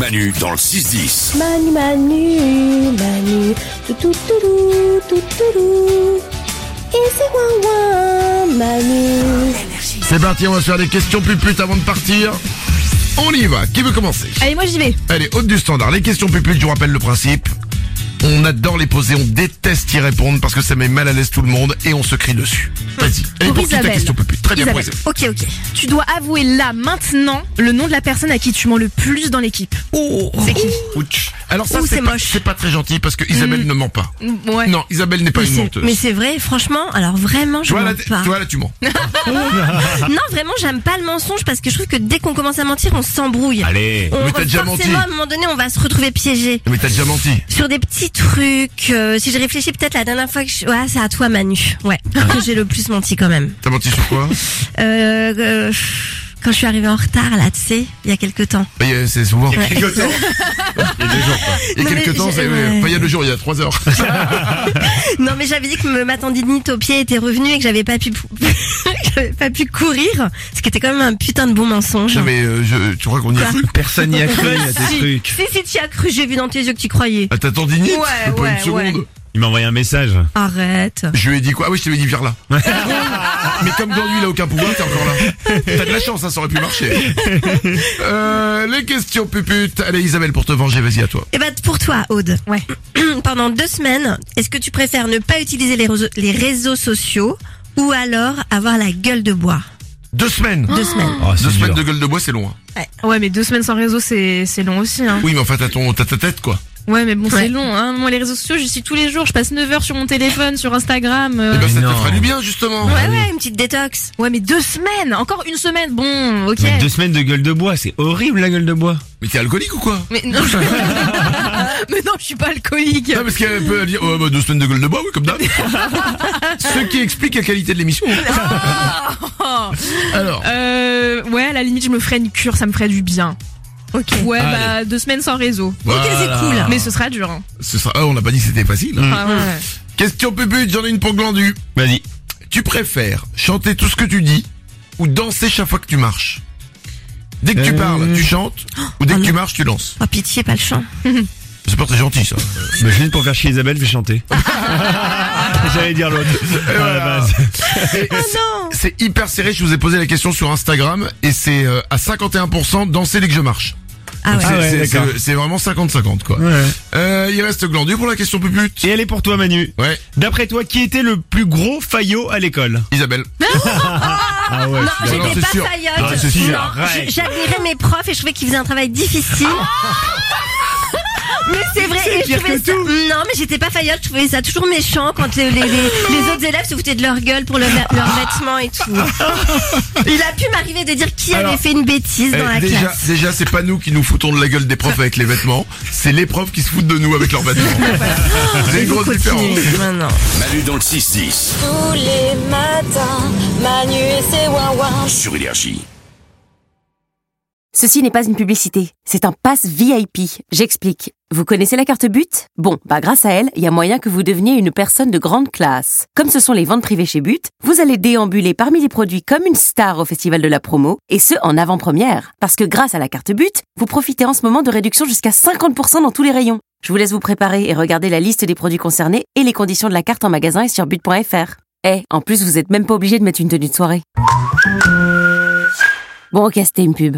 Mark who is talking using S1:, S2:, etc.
S1: Manu dans le 6-10.
S2: Manu, Manu, Manu, tout tout tout tout tout tout tout. Et c'est ouin ouin, Manu.
S3: C'est parti, on va se faire des questions puputes avant de partir. On y va, qui veut commencer
S4: Allez, moi j'y vais.
S3: Allez, haute du standard, les questions puputes, je vous rappelle le principe. On adore les poser, on déteste y répondre parce que ça met mal à l'aise tout le monde et on se crie dessus. Vas-y, allez
S4: Mmh. Pour
S3: pour qui ta
S4: Isabelle.
S3: question pupute Très bien, pour
S4: Isabelle. Ok, ok. Tu dois avouer là, maintenant, le nom de la personne à qui tu mens le plus dans l'équipe.
S3: Oh.
S4: C'est qui
S3: Isabelle. Ouch. Alors ça,
S4: Ouh,
S3: c'est
S4: c'est
S3: pas,
S4: moche. Mmh.
S3: c'est pas très gentil parce que Isabelle ne ment pas.
S4: Ouais.
S3: Oh. Non, Isabelle n'est pas
S5: Mais
S3: une
S5: c'est-
S3: menteuse.
S5: Mais c'est vrai, franchement, alors vraiment, je
S3: Toi
S5: mens
S3: là,
S5: pas.
S3: toi, là, tu mens.
S5: Non, vraiment, j'aime pas le mensonge parce que je trouve que dès qu'on commence à mentir, on s'embrouille.
S3: Allez,
S5: On-
S3: Ah, mais t'as déjà menti.
S5: forcément, à un moment donné, on va se retrouver piégé
S3: Mais t'as déjà menti.
S5: sur des petits trucs. euh, si je réfléchis peut-être la dernière fois que je... Ouais, c'est à toi, Manu. Ouais, que j'ai le plus menti quand même.
S3: T'as menti sur quoi
S5: Euh, euh, pff, quand je suis arrivée en retard, là, tu sais, il y a quelques temps.
S3: Bah, y a- C'est souvent.
S5: Ouais.
S3: Il y a
S5: Non, mais
S3: quelques temps,
S5: j'ai-
S3: c'est-
S5: ouais. Ah.
S3: enfin, il y a deux jours, il y a trois heures.
S5: Non, mais j'avais dit que me- ma tendinite au pied était revenue et que j'avais pas pu, j'avais pas pu courir. Ce qui était quand même un putain de bon mensonge.
S3: Non, mais euh, je- tu crois qu'on y a
S5: Quoi
S3: cru
S6: Personne n'y a cru à tes trucs.
S5: Si, si, tu y as cru, j'ai vu dans tes yeux que tu croyais.
S3: Ah, t'as tendinite
S5: Ouais,
S3: Pas
S5: ouais,
S3: une seconde.
S5: ouais.
S6: Il m'a envoyé un message.
S5: Arrête.
S3: Je lui ai dit quoi Ah oui, je t'avais dit viens là. Mais comme aujourd'hui, il a aucun pouvoir, t'es encore là. T'as de la chance, hein, ça aurait pu marcher. Euh, les questions puputes. Allez, Isabelle, pour te venger, vas-y à toi.
S5: Et bah, pour toi, Aude.
S4: Ouais.
S5: Pendant deux semaines, est-ce que tu préfères ne pas utiliser les réseaux, les réseaux sociaux ou alors avoir la gueule de bois
S3: Deux semaines.
S5: Deux semaines.
S6: Oh, c'est
S3: Deux semaines de
S6: dur.
S3: gueule de bois, c'est long. hein.
S4: Ouais, mais deux semaines sans réseau, c'est c'est long aussi. Hein.
S3: Oui, mais enfin, t'as ton, t'as ta tête, quoi.
S4: Ouais, mais bon,
S5: Ouais.
S4: c'est long. Hein. Moi, les réseaux sociaux, je suis tous les jours. Je passe 9 heures sur mon téléphone, sur Instagram. euh.
S3: Eh ben,
S6: Mais
S3: ça te
S6: non.
S3: fera du bien, justement.
S5: Ouais, ouais, une petite détox.
S4: Ouais, mais deux semaines Encore une semaine Bon, ok.
S6: Mais deux semaines de gueule de bois, c'est horrible la gueule de bois.
S3: Mais t'es alcoolique ou quoi
S4: Mais non, je... mais non, je suis pas alcoolique.
S3: Non, Ah, parce qu'elle peut dire oh, bah, deux semaines de gueule de bois, oui, comme d'hab. Ce qui explique la qualité de l'émission. hein.
S4: Oh.
S3: Alors,
S4: Euh, ouais, à la limite, je me ferais une cure, ça me ferait du bien.
S5: Ok.
S4: Ouais, bah deux semaines sans réseau.
S3: Voilà.
S5: Euh, c'est cool.
S4: Mais ce sera dur. Hein.
S3: ce sera... ah, on n'a pas dit que c'était facile. hein.
S4: Ah, ouais, ouais.
S3: Question pupute, j'en ai une pour glandu.
S6: Vas-y.
S3: Tu préfères chanter tout ce que tu dis ou danser chaque fois que tu marches Dès que tu
S6: Euh.
S3: parles, tu chantes ou dès
S5: Ah
S3: que
S5: non.
S3: tu marches, tu danses.
S5: Oh, pitié, pas le chant.
S3: C'est pas très gentil ça.
S6: Bah, juste pour faire chier Isabelle, je vais chanter. J'allais dire l'autre. À la base.
S5: non
S3: C'est hyper serré, je vous ai posé la question sur Instagram et c'est euh, à 51% danser dès que je marche.
S5: Ah
S3: Donc
S5: ouais.
S3: c'est-
S6: Ah ouais,
S3: c'est-
S6: d'accord.
S3: c'est c'est vraiment 50-50 quoi.
S6: Ouais.
S3: Euh, il reste glandu pour la question pupute.
S6: Et elle est pour toi, Manu.
S3: Ouais,
S6: D'après toi, qui était le plus gros faillot à l'école
S3: Isabelle.
S6: Ah ouais.
S3: Ah non,
S5: Non,
S3: c'est
S5: j'étais pas
S3: sûr.
S5: faillotte.
S6: Ah, c'est sûr,
S5: Non,
S6: arrête.
S5: j- J'admirais mes profs et je trouvais qu'ils faisaient un travail difficile. Mais c'est vrai, et je trouvais ça... Non, mais j'étais pas faillotte, je trouvais ça toujours méchant quand les, les, les- les autres élèves se foutaient de leur gueule pour leur, leur vêtement et tout. Il a pu m'arriver de dire qui
S3: Alors,
S5: avait fait une bêtise dans
S3: Eh,
S5: la
S3: déjà,
S5: classe.
S3: déjà c'est pas nous qui nous foutons de la gueule des profs avec les vêtements, c'est les profs qui se foutent de nous avec leurs vêtements. c'est une grosse différence.
S5: Maintenant.
S1: Manu dans le 6-10
S2: Tous les matins, Manu et ses ouin
S1: sur Énergie.
S7: Ceci n'est pas une publicité, c'est un pass VIP. J'explique. Vous connaissez la carte But Bon, bah grâce à elle, il y a moyen que vous deveniez une personne de grande classe. Comme ce sont les ventes privées chez But, vous allez déambuler parmi les produits comme une star au festival de la promo, et ce en avant-première. Parce que grâce à la carte But, vous profitez en ce moment de réductions jusqu'à 50% dans tous les rayons. Je vous laisse vous préparer et regarder la liste des produits concernés et les conditions de la carte en magasin et sur but.fr. Eh, en plus vous êtes même pas obligé de mettre une tenue de soirée. Bon ok, c'était une pub.